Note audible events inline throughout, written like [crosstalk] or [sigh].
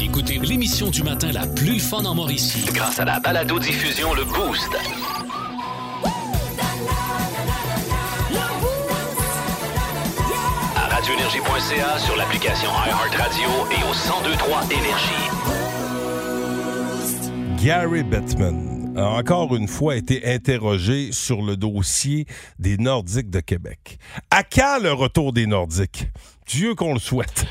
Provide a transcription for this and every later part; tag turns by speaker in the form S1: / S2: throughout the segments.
S1: Écoutez l'émission du matin la plus fun en Mauricie.
S2: Grâce à la balado diffusion le boost. À radioénergie.ca sur l'application iHeartRadio et au 1023 énergie.
S3: Gary Bettman a encore une fois été interrogé sur le dossier des Nordiques de Québec. À quand le retour des Nordiques? Dieu qu'on le souhaite.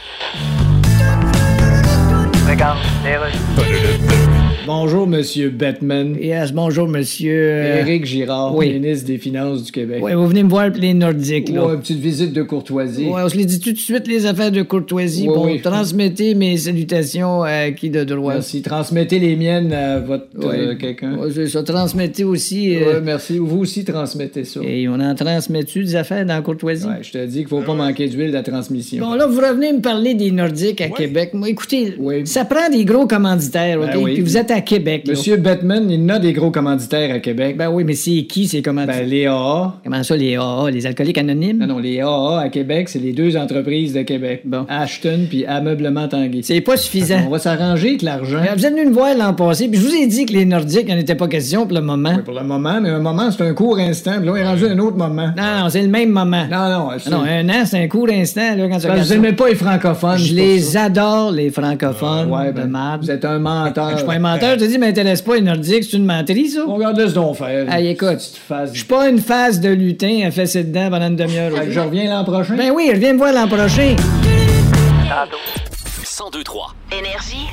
S4: Bonjour, Monsieur Batman.
S5: Yes, bonjour, monsieur. euh,
S4: Éric Girard,
S5: oui.
S4: ministre des Finances du Québec.
S5: Ouais, vous venez me voir pour les Nordiques, là.
S4: Ouais, une petite visite de courtoisie.
S5: Ouais, on se les dit tout de suite, les affaires de courtoisie.
S4: Ouais,
S5: bon,
S4: oui.
S5: transmettez mes salutations à qui de droit.
S4: Merci. Transmettez les miennes à votre
S5: Ouais.
S4: euh, quelqu'un.
S5: Ouais, c'est ça, transmettez aussi.
S4: Ouais,
S5: euh,
S4: merci. Vous aussi transmettez ça.
S5: Et on en transmet-tu des affaires dans la courtoisie?
S4: Ouais, je te dis qu'il faut pas manquer d'huile de la transmission.
S5: Bon, là, vous revenez me parler des Nordiques à Québec. Moi, écoutez,
S4: Oui.
S5: ça prend des gros commanditaires, OK?
S4: Ben oui.
S5: Puis vous êtes à Québec, là.
S4: Monsieur Batman, il y en a des gros commanditaires à Québec.
S5: Ben oui, mais c'est qui ces commanditaires?
S4: Ben, les AA.
S5: Comment ça, les AA, les alcooliques anonymes?
S4: Non, non, les AA à Québec, c'est les deux entreprises de Québec.
S5: Bon.
S4: Ashton puis Ameublement Tanguy.
S5: C'est pas
S4: [laughs] On
S5: suffisant.
S4: va s'arranger avec l'argent.
S5: Vous êtes venu me voir l'an passé, puis je vous ai dit que les Nordiques, il n'en était pas question pour le moment.
S4: Pour le moment, mais un moment, c'est un court instant. Puis là, on est rendu à un autre moment.
S5: Non, non, c'est le même moment.
S4: Non,
S5: Ah
S4: non, hein. c'est-
S5: Non, un an, c'est un court instant, là, quand tu
S4: Parce que
S5: regardes
S4: vous
S5: ça.
S4: n'aimez pas les francophones.
S5: Je
S4: c'est pour
S5: les
S4: ça.
S5: adore, les francophones.
S4: Ouais,
S5: de
S4: ben,
S5: marde.
S4: vous êtes un menteur.
S5: Je suis pas un menteur, je te dis, m'intéresse pas, les Nordiques, c'est une menterie, ça.
S4: Bon, regarde-le ce qu'on fait.
S5: Hey, écoute,
S4: Petite phase.
S5: Je suis pas une phase de lutin à fesser dedans pendant une demi-heure.
S4: Fait que Je reviens l'an prochain.
S5: Ben oui, reviens me voir l'an prochain.
S2: 1023.
S6: Énergie.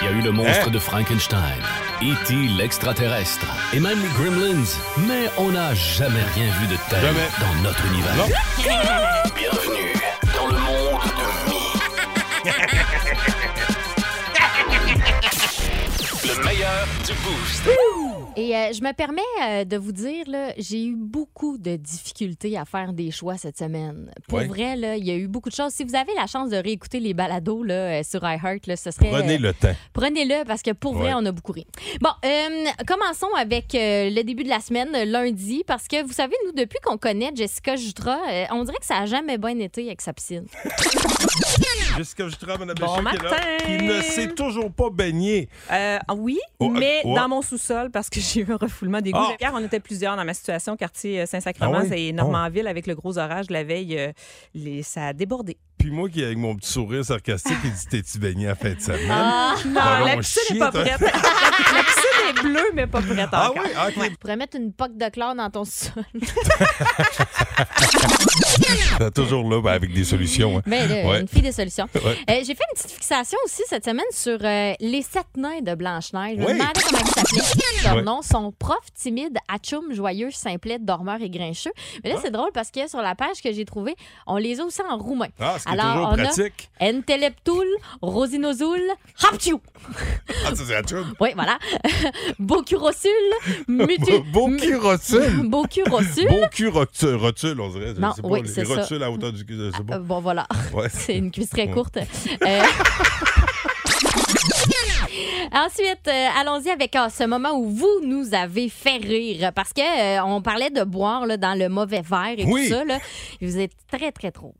S1: Il y a eu le monstre de Frankenstein, E.T. l'extraterrestre et même les Gremlins, mais on n'a jamais rien vu de tel
S3: Jamais.
S1: dans notre univers.
S2: Bienvenue dans le monde de Mi. le meilleur du boost.
S7: Et euh, je me permets euh, de vous dire, là, j'ai eu beaucoup de difficultés à faire des choix cette semaine. Pour
S3: Ouais.
S7: vrai, là, il y a eu beaucoup de choses. Si vous avez la chance de réécouter les balados là, euh, sur iHeart, là, ce serait...
S3: Prenez le temps.
S7: Prenez-le parce que pour vrai,
S3: Ouais.
S7: on a beaucoup ri. Bon, euh, commençons avec euh, le début de la semaine, euh, lundi, parce que vous savez, nous, depuis qu'on connaît Jessica Jutra, euh, on dirait que ça n'a jamais bien été avec sa piscine.
S3: Jusqu'à je trouve Mme
S8: Bon
S3: Béchot qui est là,
S8: matin.
S3: qui ne s'est toujours pas baigné.
S8: Euh, ah oui,
S3: Oh,
S8: mais
S3: oh.
S8: dans mon sous-sol parce que [laughs] j'ai eu un refoulement des goûts.
S3: Ah.
S8: Hier, on était plusieurs dans ma situation, quartier euh, Saint-Sacrement
S3: Ah oui?
S8: et Normandville, avec le gros orage de la veille, euh, les- ça a débordé.
S3: Puis moi qui, avec mon petit sourire sarcastique, il dit T'es-tu baigné à la fin de semaine?
S8: non,
S3: Ah,
S8: la
S3: on
S8: piscine
S3: chie,
S8: n'est pas
S3: toi.
S8: prête. [laughs] la, la piscine est bleue, mais pas prête
S3: Ah
S8: encore.
S3: oui, ah, ok.
S7: Tu pourrais mettre une poque de chlore dans ton [laughs] sol.
S3: T'es toujours là ben, avec des solutions. hein.
S7: Mais là,
S3: Ouais.
S7: une fille des solutions.
S3: Ouais.
S7: Euh, J'ai fait une petite fixation aussi cette semaine sur euh, les sept nains de Blanche-Neige. Je me
S3: Oui.
S7: demandais comment ils s'appelaient. Leur
S3: Ouais.
S7: nom, son prof timide, Atchoum, joyeux, simplet, dormeur et grincheux. Mais là,
S3: Ah.
S7: c'est drôle parce que sur la page que j'ai trouvée, on les a aussi en roumain.
S3: Ah, ce qui est
S7: Alors,
S3: toujours
S7: on a-
S3: pratique.
S7: Enteleptul, Rosinozul, Haptiou.
S3: Ah, ça, c'est la tune.
S7: Oui, voilà. [laughs] Bocurosul, Mutu.
S3: Beau
S7: [laughs]
S3: cul rotule.
S7: Bocurosul.
S3: Beau cul rotule, rotule, on dirait. Je
S7: Non,
S3: sais pas,
S7: oui,
S3: les
S7: c'est ça.
S3: rotules à hauteur du cul, je sais
S7: Euh,
S3: pas.
S7: Bon, voilà.
S3: Ouais.
S7: C'est une cuisse très
S3: Ouais.
S7: courte. Euh, [laughs] Ensuite, euh, allons-y avec ah, ce moment où vous nous avez fait rire parce que euh, on parlait de boire là, dans le mauvais verre et
S3: Oui.
S7: tout ça. Là. Vous êtes très très drôle.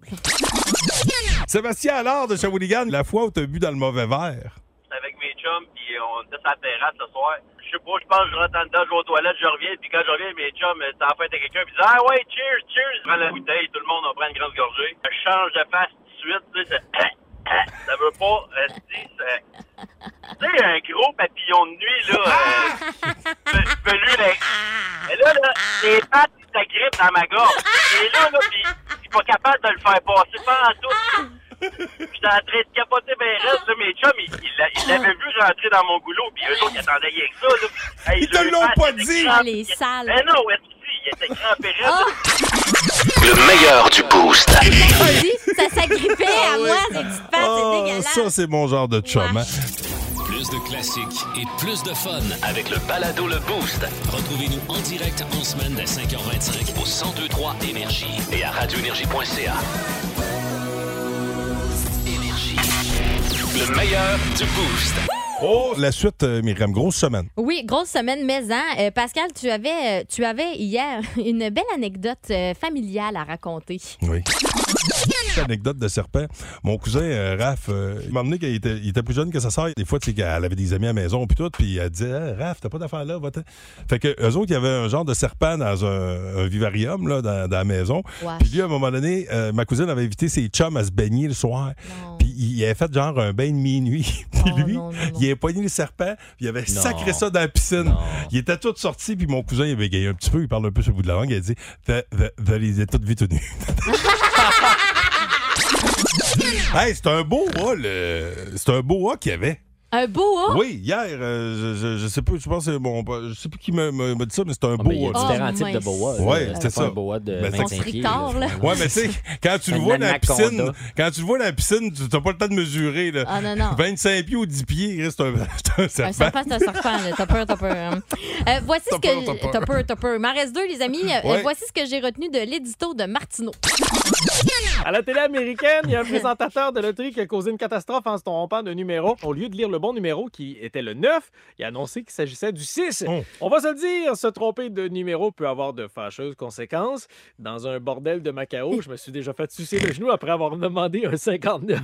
S3: Sébastien Allard de Shawinigan, la fois où t'as bu dans le mauvais verre.
S9: J'étais avec mes chums, puis on était sur la terrasse ce soir. Je sais pas, je pense que je rentre en dedans, je vais aux toilettes, je reviens, puis quand je reviens, mes chums, euh, c'est en fête à quelqu'un, puis ils disent Ah ouais, cheers, cheers! Je prends la bouteille, tout le monde en prend une grande gorgée. Je change de face tout de suite, tu sais, c'est- [coughs] ça veut pas, euh, tu sais, c'est- tu sais, un gros papillon de nuit, là, euh, pe- pelu, là. Mais là, là, les pattes, ils s'agrippent dans ma gorge. Et là, là, puis je suis pas capable de le faire passer, pas en tout. J'étais en train de capoter mes restes, là, mes chums, ils, ils l'a- ils l'avaient vu rentrer dans mon goulot, puis eux autres, ils attendaient rien que ça, là. Hey,
S3: Ils te
S9: le
S3: l'ont
S9: passe,
S3: pas
S9: il était
S3: dit.
S7: Ah,
S9: crampé.
S7: les Ah! sales.
S10: Euh,
S9: Ben non, est-ce que il était crampé reste?
S2: Le meilleur du boost.
S7: Dis, ça s'agrippait à moi, ces petites pattes, c'est
S3: Ah,
S7: dégueulasse.
S3: ça, c'est mon genre de chum. hein.
S1: Plus de classiques et plus de fun.
S2: Avec le balado Le Boost
S1: Retrouvez-nous en direct en semaine dès 5h25
S2: au 1023 Énergie et à radioénergie.ca. Énergie. Le meilleur du boost.
S3: Oh, la suite, euh, Myriam, grosse semaine.
S7: Oui, grosse semaine maison. Euh, Pascal, tu avais, euh, tu avais hier une belle anecdote euh, familiale à raconter.
S3: Oui. Anecdote de serpent. Mon cousin euh, Raph, euh, il m'a amené qu'il était, il était plus jeune que sa sœur. Des fois, tu sais, qu'elle avait des amis à la maison, puis tout, puis elle disait Hey, Raph, t'as pas d'affaires là, va-t'en. Fait que eux autres, il y avait un genre de serpent dans un, un vivarium, là, dans, dans la maison.
S7: Ouais.
S3: Puis lui, à un moment donné, euh, ma cousine avait invité ses chums à se baigner le soir.
S7: Non.
S3: Puis il avait fait genre un bain de minuit. [laughs] Puis
S7: Oh,
S3: lui,
S7: non, non, non.
S3: il avait poigné le serpent, puis il avait
S6: Non.
S3: sacré ça dans la piscine.
S6: Non.
S3: Il était tout sorti, puis mon cousin, il avait gagné un petit peu, il parle un peu sur le bout de la langue, il a dit Ve- ve- ve- les a toutes vues tout nu.
S6: [laughs]
S3: Hey, c'est un beau A, le... C'est un beau A qu'il y avait.
S7: Un beau hein? A?
S3: Oui, hier, euh, je, je, je sais pas, je pense que c'est mon... Je sais plus qui me- me m'a dit ça, mais c'est un
S6: Ah,
S3: beau
S6: mais il y a
S3: A.
S7: Oh,
S6: différents types de
S7: mince.
S6: boa. là.
S3: Ouais,
S6: C'est
S3: c'est
S6: pas
S3: ça.
S6: un boa de
S3: Ben, c'est-
S6: 25
S7: Son
S6: pieds,
S7: tricard,
S6: là.
S7: là.
S3: Ouais, mais tu sais, quand tu le vois dans la
S6: Anaconda.
S3: piscine, quand tu le vois dans la piscine, tu n'as pas le temps de mesurer. Là.
S7: Ah non, non.
S3: 25 pieds ou 10 pieds, c'est un, [laughs] c'est un serpent.
S7: Un serpent, c'est un serpent. là. T'as peur, t'as peur. hein. Euh, voici
S3: T'as
S7: ce que.
S3: peur, t'as peur.
S7: T'as peur, t'as peur. Il m'en reste deux, les amis. Euh,
S3: Ouais.
S7: voici ce que j'ai retenu de l'édito de Martineau.
S11: À la télé américaine, il y a un présentateur de loterie qui a causé une catastrophe en se trompant de numéro. Au lieu de lire le bon numéro, qui était le 9, il a annoncé qu'il s'agissait du 6.
S3: Oh.
S11: On va se le dire, se tromper de numéro peut avoir de fâcheuses conséquences. Dans un bordel de Macao, je me suis déjà fait sucer le genou après avoir demandé un 59.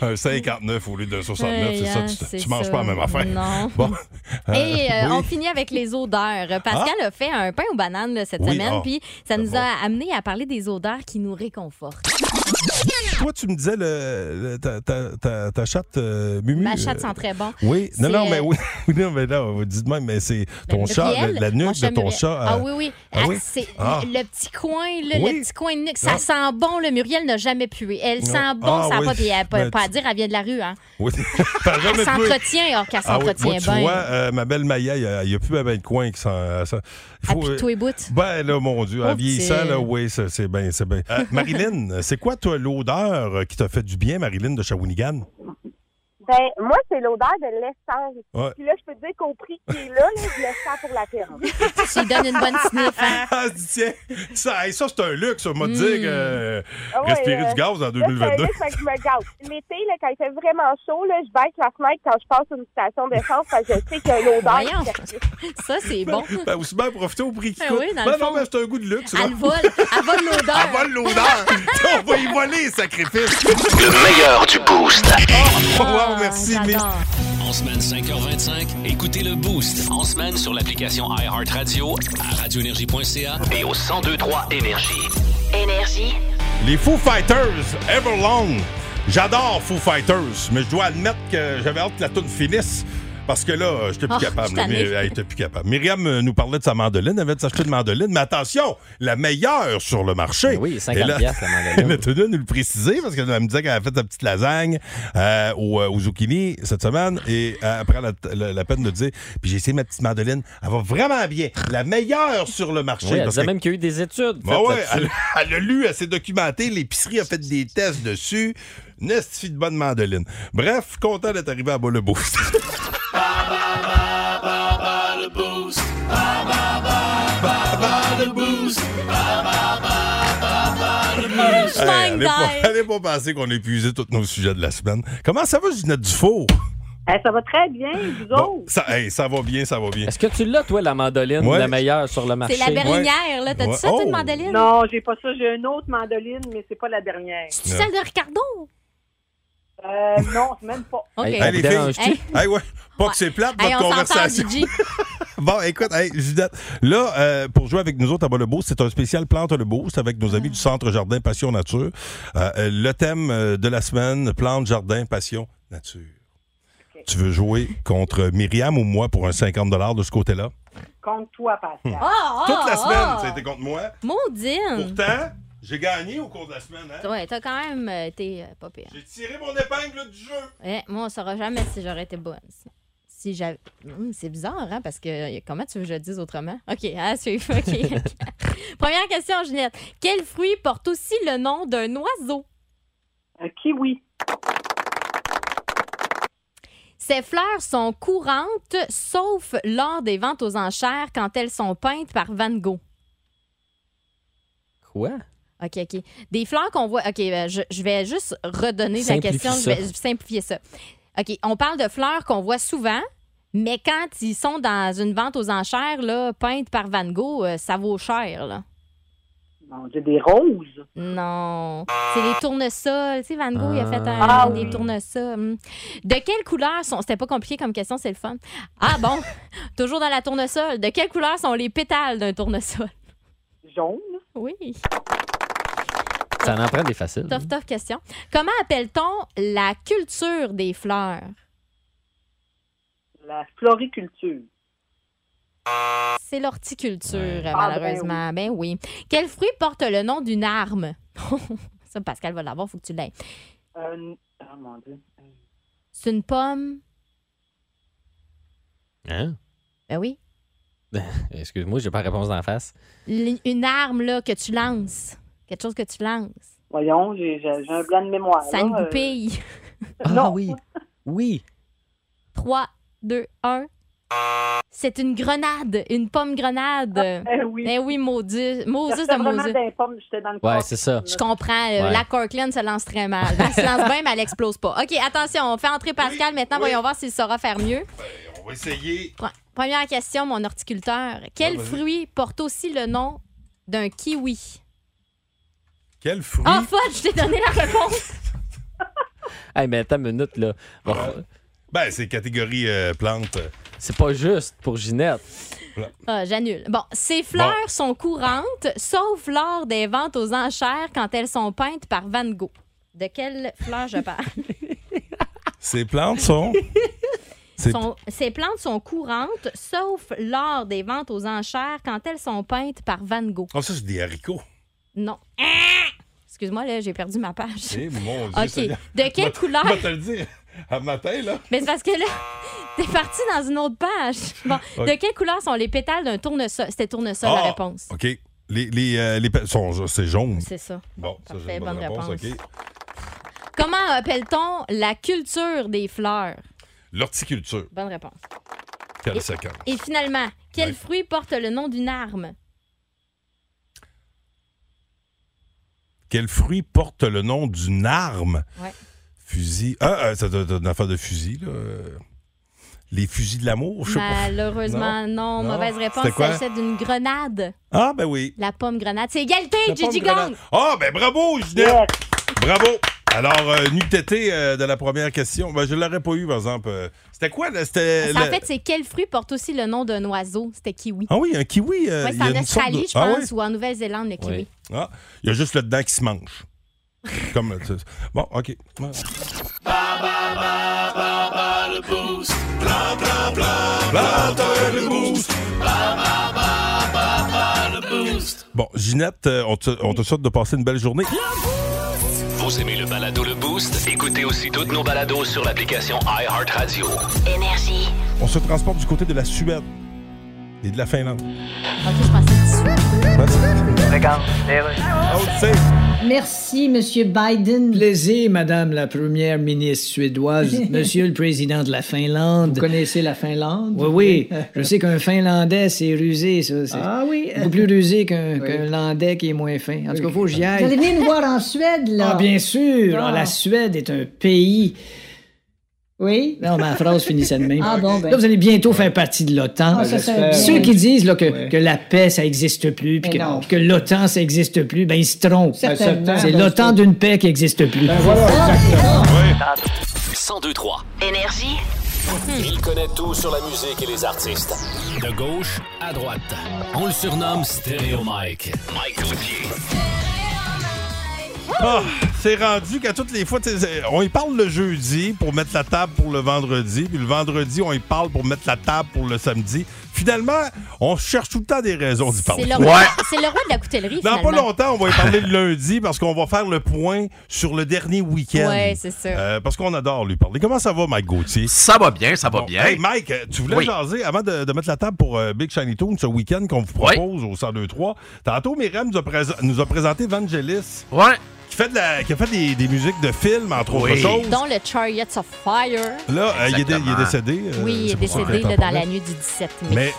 S3: Un 59 au lieu d'un 69, c'est
S7: Euh,
S3: ça.
S7: hein,
S3: Tu,
S7: c'est
S3: tu manges
S7: ça.
S3: pas la même affaire.
S7: Non.
S3: Bon. Euh,
S7: Et euh,
S3: oui. Ah.
S7: on finit avec les odeurs. Euh, Pascal a fait un pain aux bananes là, cette
S3: Oui,
S7: semaine,
S3: ah,
S7: puis ça
S3: c'est
S7: nous a amené à parler des odeurs qui nous réconfortent.
S3: Toi, tu me disais le, le- ta, ta, ta, ta chatte euh, Mumu.
S7: Ma chatte
S3: euh,
S7: sent très bon.
S3: Oui,
S7: C'est,
S3: non, non,
S7: euh, Ben,
S3: mais oui, [laughs] Oui, non, mais là, vous dites même, mais c'est ton
S7: Le
S3: chat,
S7: Muriel,
S3: le- la
S7: mon
S3: nuque de
S7: chat
S3: ton
S7: Muriel.
S3: chat. euh,
S7: Ah oui, oui.
S3: ah
S7: Ah,
S3: oui?
S7: c'est
S3: Ah.
S7: Le petit coin, là,
S3: Oui.
S7: le petit coin de nuque. Ça
S3: Ah.
S7: sent bon, le Muriel n'a jamais pué. Elle
S3: Non.
S7: sent bon,
S3: Ah
S7: ça
S3: oui.
S7: va pas, puis elle a pas,
S3: Ben,
S7: pas à
S3: tu-
S7: dire, elle vient de la rue. Hein.
S3: Oui,
S7: [laughs]
S3: [laughs] T'as jamais
S7: Elle
S3: pu-
S7: s'entretient, alors qu'elle
S3: Ah oui, moi,
S7: s'entretient
S3: tu
S7: bien.
S3: vois, euh, ma belle Maya, il n'y a, plus ben de coin qui s'en. s'en- il
S7: À
S3: faut, euh,
S7: tous les
S3: [laughs]
S7: bouts.
S3: Ben là, mon Dieu, en
S7: Pauvre
S3: vieillissant,
S7: petit.
S3: là, oui, c'est c'est bien, c'est bien. Euh,
S7: [laughs]
S3: Marilyn, c'est quoi, toi, l'odeur euh, qui t'a fait du bien, Marilyn, de Shawinigan?
S12: Ben, moi, c'est l'odeur de l'essence.
S7: [laughs]
S3: Ouais.
S12: Puis là, je peux te dire qu'au prix qui est là, là, je le sens pour la ferme.
S7: Tu lui donnes une bonne sniff. hein.
S3: Ah, je dis, [laughs] tiens, ça, hey, ça c'est un luxe, on m'a
S7: Mm.
S3: dit que euh,
S12: Ah ouais,
S3: respirer
S12: euh,
S3: du gaz en
S12: Là, c'est un
S3: 2022.
S12: luxe, fait que je me gâte. L'été, là, quand il fait vraiment chaud, là, je baisse la fenêtre quand je passe une station d'essence parce que je sais que l'odeur...
S7: Voyons. Ça, c'est bon.
S3: [laughs] Ben, aussi bien profiter au prix qui
S7: Ben
S3: coûte.
S7: oui, dans
S3: Ben
S7: le
S3: non,
S7: fond.
S3: mais c'est un goût de luxe. là.
S7: Elle vole, elle vole l'odeur.
S3: Elle vole l'odeur. [laughs] on va y voler, sacrifice.
S2: Le meilleur du boost.
S3: Au
S7: Ah,
S3: revoir, merci. mais-
S7: j'adore.
S1: En semaine 5h25, écoutez le Boost.
S2: En semaine sur l'application iHeartRadio
S1: À radioénergie.ca.
S2: et au 1023 Énergie.
S12: Énergie.
S3: Les Foo Fighters, Everlong. J'adore Foo Fighters, mais je dois admettre que j'avais hâte que la toune finisse. Parce que là, j'étais plus
S7: Ah,
S3: capable.
S7: je
S3: là,
S7: suis
S3: mais,
S7: tannée.
S3: elle était plus capable. Myriam euh, nous parlait de sa mandoline. Elle avait s'acheter une mandoline. Mais attention, la meilleure sur le marché.
S6: Ben oui, 50
S3: Et là-
S6: piastres, la mandoline.
S3: [laughs] Elle a tenu à nous le préciser parce qu'elle me disait qu'elle a fait sa petite lasagne euh, au, euh, au zucchini cette semaine et euh, après la, la- la peine de dire puis j'ai essayé ma petite mandoline, elle va vraiment bien, la meilleure sur le marché.
S6: Oui, elle
S3: parce
S6: disait
S3: que-
S6: même qu'il y a eu des études.
S3: Ben
S1: Bah
S6: faites
S3: ouais,
S6: là-dessus.
S3: elle, elle a lu, elle s'est documentée, l'épicerie a fait des tests dessus. Nestifie de bonne mandoline. Bref, content d'être arrivé à bas [laughs] le boost.
S7: Je manque
S3: allez, pas,
S7: d'air.
S3: allez pas penser qu'on a épuisé tous nos sujets de la semaine. Comment ça va, Ginette Dufour?
S12: Eh, ça va très bien, vous
S3: Bon, ça, hey, ça va bien, ça va bien.
S6: Est-ce que tu l'as, toi, la mandoline,
S3: Ouais.
S6: la meilleure sur le
S7: C'est
S6: marché?
S7: la berlinière, là. T'as-tu
S3: Ouais.
S7: ça, toi,
S3: Oh.
S7: une mandoline?
S12: Non, j'ai pas ça. J'ai une autre mandoline, mais c'est pas la dernière.
S7: C'est celle de Ricardo?
S10: [laughs]
S12: Euh, non, même pas.
S7: OK.
S6: Hey,
S3: Hey, les
S6: On vous dérange-tu?
S7: Hey.
S3: filles. Hey, ouais. Pas que c'est plate,
S7: Hey,
S3: notre
S7: on s'entend,
S3: conversation.
S7: Gigi.
S3: Bon, écoute, hey, Ginette, là, euh, pour jouer avec nous autres à Bas le Boost, c'est un spécial Plante le Boost avec nos amis du Centre Jardin Passion Nature. Euh, euh, le thème euh, de la semaine, Plante, Jardin, Passion, Nature. Tu veux jouer contre Myriam ou moi pour un 50 de ce côté-là?
S12: Compte-toi, Pascal.
S7: Ah,
S3: [laughs]
S7: Hmm. ah,
S3: Toute la semaine,
S7: ah.
S3: c'était contre moi.
S7: Maudine.
S3: Pourtant, j'ai gagné au cours de la semaine. hein?
S7: Ouais, t'as quand même euh, été euh, pas pire.
S3: J'ai tiré mon épingle du jeu.
S7: Eh, moi, on saura jamais si j'aurais été bonne. Si j'avais. Hum, c'est bizarre, hein, parce que euh, comment tu veux que je le dise autrement? OK, à suivre. OK. [laughs] Première question, Ginette. Quel fruit porte aussi le nom d'un oiseau?
S10: Hmm.
S12: Un Euh, kiwi.
S7: Ces fleurs sont courantes, sauf lors des ventes aux enchères quand elles sont peintes par Van Gogh.
S6: Quoi?
S7: OK, OK. Des fleurs qu'on voit. OK, ben, je, je vais juste redonner la
S10: Simplifie
S7: question. Je
S10: ça.
S7: vais simplifier ça. OK, on parle de fleurs qu'on voit souvent, mais quand ils sont dans une vente aux enchères, là, peintes par Van Gogh, euh, ça vaut cher, là.
S13: Mon Dieu, des roses.
S7: Non. C'est les tournesols. Tu sais, Van Gogh, il a fait un,
S13: Ah
S7: des
S13: oui.
S7: tournesols. Hmm. De quelle couleur sont. C'était pas compliqué comme question, c'est le fun. Ah bon? Toujours dans la tournesol. De quelle couleur sont les pétales d'un tournesol?
S13: Jaune.
S7: [laughs] Oui.
S6: Ça en prend des faciles.
S7: Tough, tough question. Comment appelle-t-on la culture des fleurs?
S13: La floriculture.
S7: C'est l'horticulture,
S13: Ah,
S7: malheureusement. Ben oui. Quel fruit porte le nom d'une arme? [laughs] Ça, Pascal va l'avoir, faut que tu l'aies.
S12: Euh,
S13: Un... Oh mon Dieu.
S7: C'est une pomme?
S6: Hein?
S7: Ben oui.
S6: [laughs] Excuse-moi, j'ai pas la réponse d'en face.
S7: L- une arme là, que tu lances. Quelque chose que tu lances.
S13: Voyons, j'ai j'ai- j'ai un blanc de mémoire.
S7: Ça
S13: là,
S7: une
S13: euh,
S7: goupille. [laughs]
S12: Euh,
S6: Ah oui. Oui.
S7: 3, 2, 1. C'est une grenade, une pomme grenade.
S12: ben
S13: eh oui.
S7: Eh oui, maudit. Maudit
S13: J'étais
S7: de
S13: vraiment
S7: maudit.
S13: dans les pommes, j'étais dans le
S6: Ouais,
S13: corps.
S6: c'est ça.
S7: Je comprends. euh,
S6: Ouais.
S7: La Corkland se lance très mal. Elle se lance bien, mais elle explose pas. OK, attention, on fait entrer Pascal maintenant. Voyons voir s'il saura faire mieux.
S3: On va essayer.
S7: Pre- Première question, mon horticulteur. Quel
S3: vas-y.
S7: fruit porte aussi le nom d'un kiwi?
S3: Quel fruit?
S7: Ah, fuck, je t'ai donné la [laughs] réponse.
S6: Hey, mais attends une minute, là. Bon,
S3: Ben, c'est catégorie euh, plante.
S6: C'est pas juste pour Ginette.
S7: Ah, j'annule. Bon, ces fleurs sont courantes, sauf lors des ventes aux enchères quand elles sont peintes par Van Gogh. De quelle fleur je parle?
S3: Ces plantes
S7: [laughs]
S3: sont. C'est-
S7: Sont- ces plantes sont courantes, sauf lors des ventes aux enchères quand elles sont peintes par Van Gogh.
S3: Oh, ça, c'est des haricots.
S7: Non. Ah! Excuse-moi, là, j'ai perdu ma page.
S3: Eh, mon Dieu.
S7: OK.
S3: Seigneur.
S7: De quelle
S3: Va-
S7: couleur?
S3: Va te le dire. À matin, là.
S7: Mais c'est parce que là, [laughs] t'es parti dans une autre page. Bon,
S3: Ok.
S7: de quelle couleur sont les pétales d'un tournesol? C'était tournesol la
S3: Ah,
S7: réponse.
S3: OK. Les, les, euh, les pa- sont, c'est jaune.
S7: C'est ça.
S3: Bon, ça, j'ai
S7: Parfait,
S3: une bonne,
S7: bonne
S3: réponse.
S7: réponse.
S3: OK.
S7: Comment appelle-t-on la culture des fleurs?
S3: L'horticulture.
S7: Bonne réponse.
S3: Quelle séquence.
S7: Et finalement, quel
S3: Ouais.
S7: fruit porte le nom d'une arme?
S3: Quel fruit porte le nom d'une arme?
S7: Ouais.
S3: Fusil. Ah, euh, ça doit être une affaire de fusil, là. Euh, Les fusils de l'amour, je sais pas.
S7: Malheureusement, non.
S3: Non.
S7: Mauvaise réponse.
S3: C'était
S7: Il
S3: quoi?
S7: s'agissait d'une grenade.
S3: Ah, ben oui.
S7: La pomme grenade. C'est égalité,
S3: La pomme
S7: Gigi
S3: grenade.
S7: Gong!
S3: Ah, ben bravo, Ginette! Bravo! Alors, euh, nu tété, euh, de la première question. Ben, je l'aurais pas eu, par exemple. Euh, C'était quoi, là? C'était.
S7: En
S3: le-
S7: fait, c'est quel fruit porte aussi le nom d'un oiseau? C'était kiwi.
S3: Ah oui, un kiwi. euh,
S7: Ouais,
S3: il
S7: c'est
S3: y a
S7: en
S3: une sorte de-
S7: Australie, je pense,
S3: Ah ouais?
S7: ou en Nouvelle-Zélande, le kiwi.
S3: Ah, il y a juste le dedans qui se mange. Comme. tu sais. Bon, OK. Ouais. Bon, Ginette, euh, on te, on te souhaite de passer une belle journée.
S2: Vous aimez le balado Le Boost? Écoutez aussi toutes nos balados sur l'application iHeartRadio.
S14: Énergie.
S3: On se transporte du côté de la Suède et de la Finlande. Ah
S5: Merci, Monsieur Biden. Plaisir, Madame la Première ministre
S4: [laughs]
S5: suédoise, Monsieur le Président de la Finlande. Vous connaissez la Finlande? Oui,
S4: [laughs]
S5: oui. Je sais qu'un Finlandais, c'est rusé, ça. C'est
S4: Ah oui.
S5: Beaucoup plus rusé qu'un
S4: Oui.
S5: qu'un Landais qui est moins fin. En tout cas, faut que j'y
S4: Vous allez
S5: aille.
S4: venir nous voir en Suède, là.
S5: Ah, bien sûr!
S4: Ah.
S5: Ah, la Suède est un pays.
S4: Oui.
S5: Non, ma phrase finissait de même.
S4: Ah, bon, ben.
S5: Là, vous allez bientôt faire partie de l'OTAN.
S4: Ah, ça,
S5: Puis
S4: c'est-
S5: Ceux
S4: oui.
S5: qui disent là, que, que la paix, ça n'existe plus, puis
S4: Mais
S5: que,
S4: non.
S5: puis que l'OTAN, ça n'existe plus, ben ils se trompent.
S4: Certainement. Ben,
S5: C'est l'OTAN d'une paix qui n'existe plus.
S10: Ben,
S2: 1023.
S14: Énergie.
S2: Il connaît tout sur la musique et les artistes.
S1: De gauche à droite. On le surnomme Stéréo Mike.
S2: Mike Gauthier.
S3: Ah, c'est rendu qu'à toutes les fois, tu sais, on y parle le jeudi pour mettre la table pour le vendredi, puis le vendredi, on y parle pour mettre la table pour le samedi. Finalement, on cherche tout le temps des raisons d'y parler.
S7: C'est le, roi, c'est le roi de la coutellerie.
S3: Dans pas
S7: finalement.
S3: longtemps, on va y parler le lundi parce qu'on va faire le point sur le dernier week-end.
S7: Ouais, c'est ça.
S3: Euh, parce qu'on adore lui parler. Comment ça va, Mike Gauthier?
S15: Ça va bien, ça va
S3: Bon,
S15: bien.
S3: hey, Mike, euh, tu voulais
S15: Oui.
S3: jaser avant de, de mettre la table pour euh, Big Shiny Toon ce week-end qu'on vous propose au 102-3. Tantôt, Myriam nous a, présen- nous a présenté Vangelis.
S15: Ouais.
S3: Qui, fait de la- qui a fait des, des musiques de films, entre autres choses.
S7: Dont le Chariots of Fire.
S3: Là, euh, il, est dé- il est décédé. euh,
S7: oui, il
S3: c'est
S7: est
S3: pour ça qu'il
S7: décédé
S3: est
S7: là,
S3: temporaire.
S7: dans la nuit du 17 mai.
S3: Mais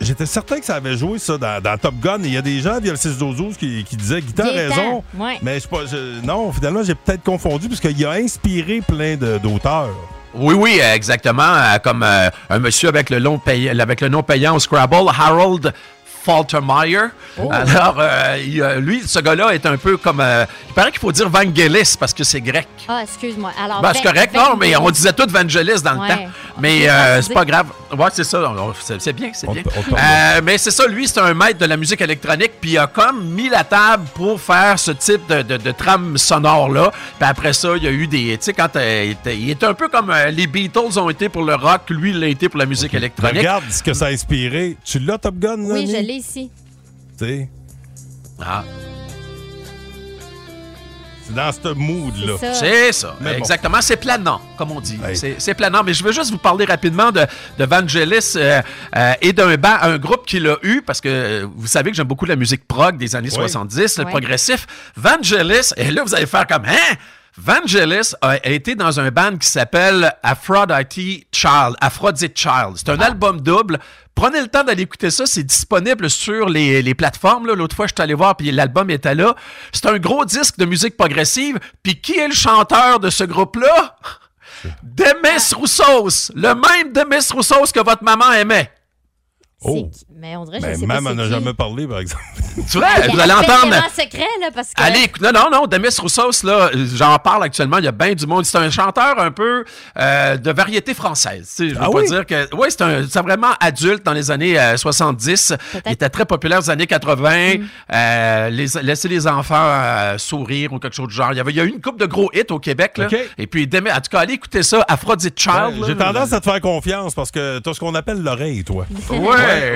S3: J'étais certain que ça avait joué ça dans, dans Top Gun. Il y a des gens via le 6-12-12 qui, qui disaient Guitar a
S7: Gaétan,
S3: raison.
S7: ouais.
S3: Mais je, sais pas, je- non, finalement, j'ai peut-être confondu parce qu'il a inspiré plein de- d'auteurs.
S10: Oui, oui, euh, exactement. euh, Comme euh, un monsieur avec le, long pay- avec le nom payant au Scrabble, Harold Faltermeyer.
S14: Oh.
S10: Alors, euh, il, euh, lui, ce gars-là est un peu comme... euh, il paraît qu'il faut dire Vangelis parce que c'est grec.
S7: Ah, excuse-moi. Alors,
S10: Ben, c'est
S7: vingt-
S10: correct, non,
S7: vingt-
S10: mais on disait tout Vangelis dans
S7: ben, Ouais. Ah,
S10: le temps. Mais
S7: On
S10: euh,
S7: peut
S10: c'est pas
S7: dire.
S10: grave. Ouais, c'est ça. on- C'est c'est bien, c'est bien.
S3: parle
S10: Euh, mais c'est ça, lui, c'est un maître de la musique électronique, puis il a comme mis la table pour faire ce type de, de, de trame sonore-là. Puis après ça, il y a eu des. Tu sais, quand euh, il était- il est un peu comme euh, les Beatles ont été pour le rock, lui, il l'a été pour la musique électronique.
S3: Regarde ce que ça a inspiré. Tu l'as, Top Gun? Là,
S7: Oui,
S3: Mi?
S7: je l'ai ici.
S3: Tu sais.
S10: Ah.
S3: C'est dans ce mood-là.
S10: C'est ça. C'est ça, exactement. C'est planant, comme on dit. C'est c'est planant. Mais je veux juste vous parler rapidement de, de Vangelis euh, euh, et d'un ba- un groupe qu'il a eu, parce que euh, vous savez que j'aime beaucoup la musique prog des années
S14: Oui.
S10: 70, le
S14: Oui.
S10: progressif. Vangelis, et là, vous allez faire comme, hein? Vangelis a été dans un band qui s'appelle Aphrodite Child. Aphrodite Child. C'est un album double. Prenez le temps d'aller écouter ça. C'est disponible sur les, les plateformes. là. L'autre fois, je suis allé voir, puis l'album était là. C'est un gros disque de musique progressive. Puis qui est le chanteur de ce [laughs] groupe-là? Demis Roussos. Le même Demis Roussos que votre maman aimait.
S3: Oh.
S7: Mais on dirait que je
S3: Ben,
S7: sais
S3: même,
S7: pas
S3: on
S7: c'est
S3: n'a
S7: qui.
S3: jamais parlé, par exemple.
S10: Tu vois, vous allez entendre.
S7: C'est secret, là, parce que...
S10: Allez, écoute- non, non, non, Demis Roussos, là, euh, j'en parle actuellement, il y a bien du monde. C'est un chanteur un peu euh, de variété française. tu sais, Je veux
S14: Ah
S10: pas
S14: oui?
S10: dire que. Oui, c'est un- c'est vraiment adulte dans les années euh, 70. Il était très populaire dans les années 80. euh, les- laisser les enfants euh, sourire ou quelque chose du genre. Il y, avait, il y a eu une coupe de gros hits au Québec. là.
S3: OK. Ben,
S10: Et puis, Demis, en tout cas, allez écouter ça, Aphrodite Child.
S3: J'ai
S10: là,
S3: tendance à te faire confiance parce que t'as ce qu'on appelle l'oreille, toi.
S10: Ouais.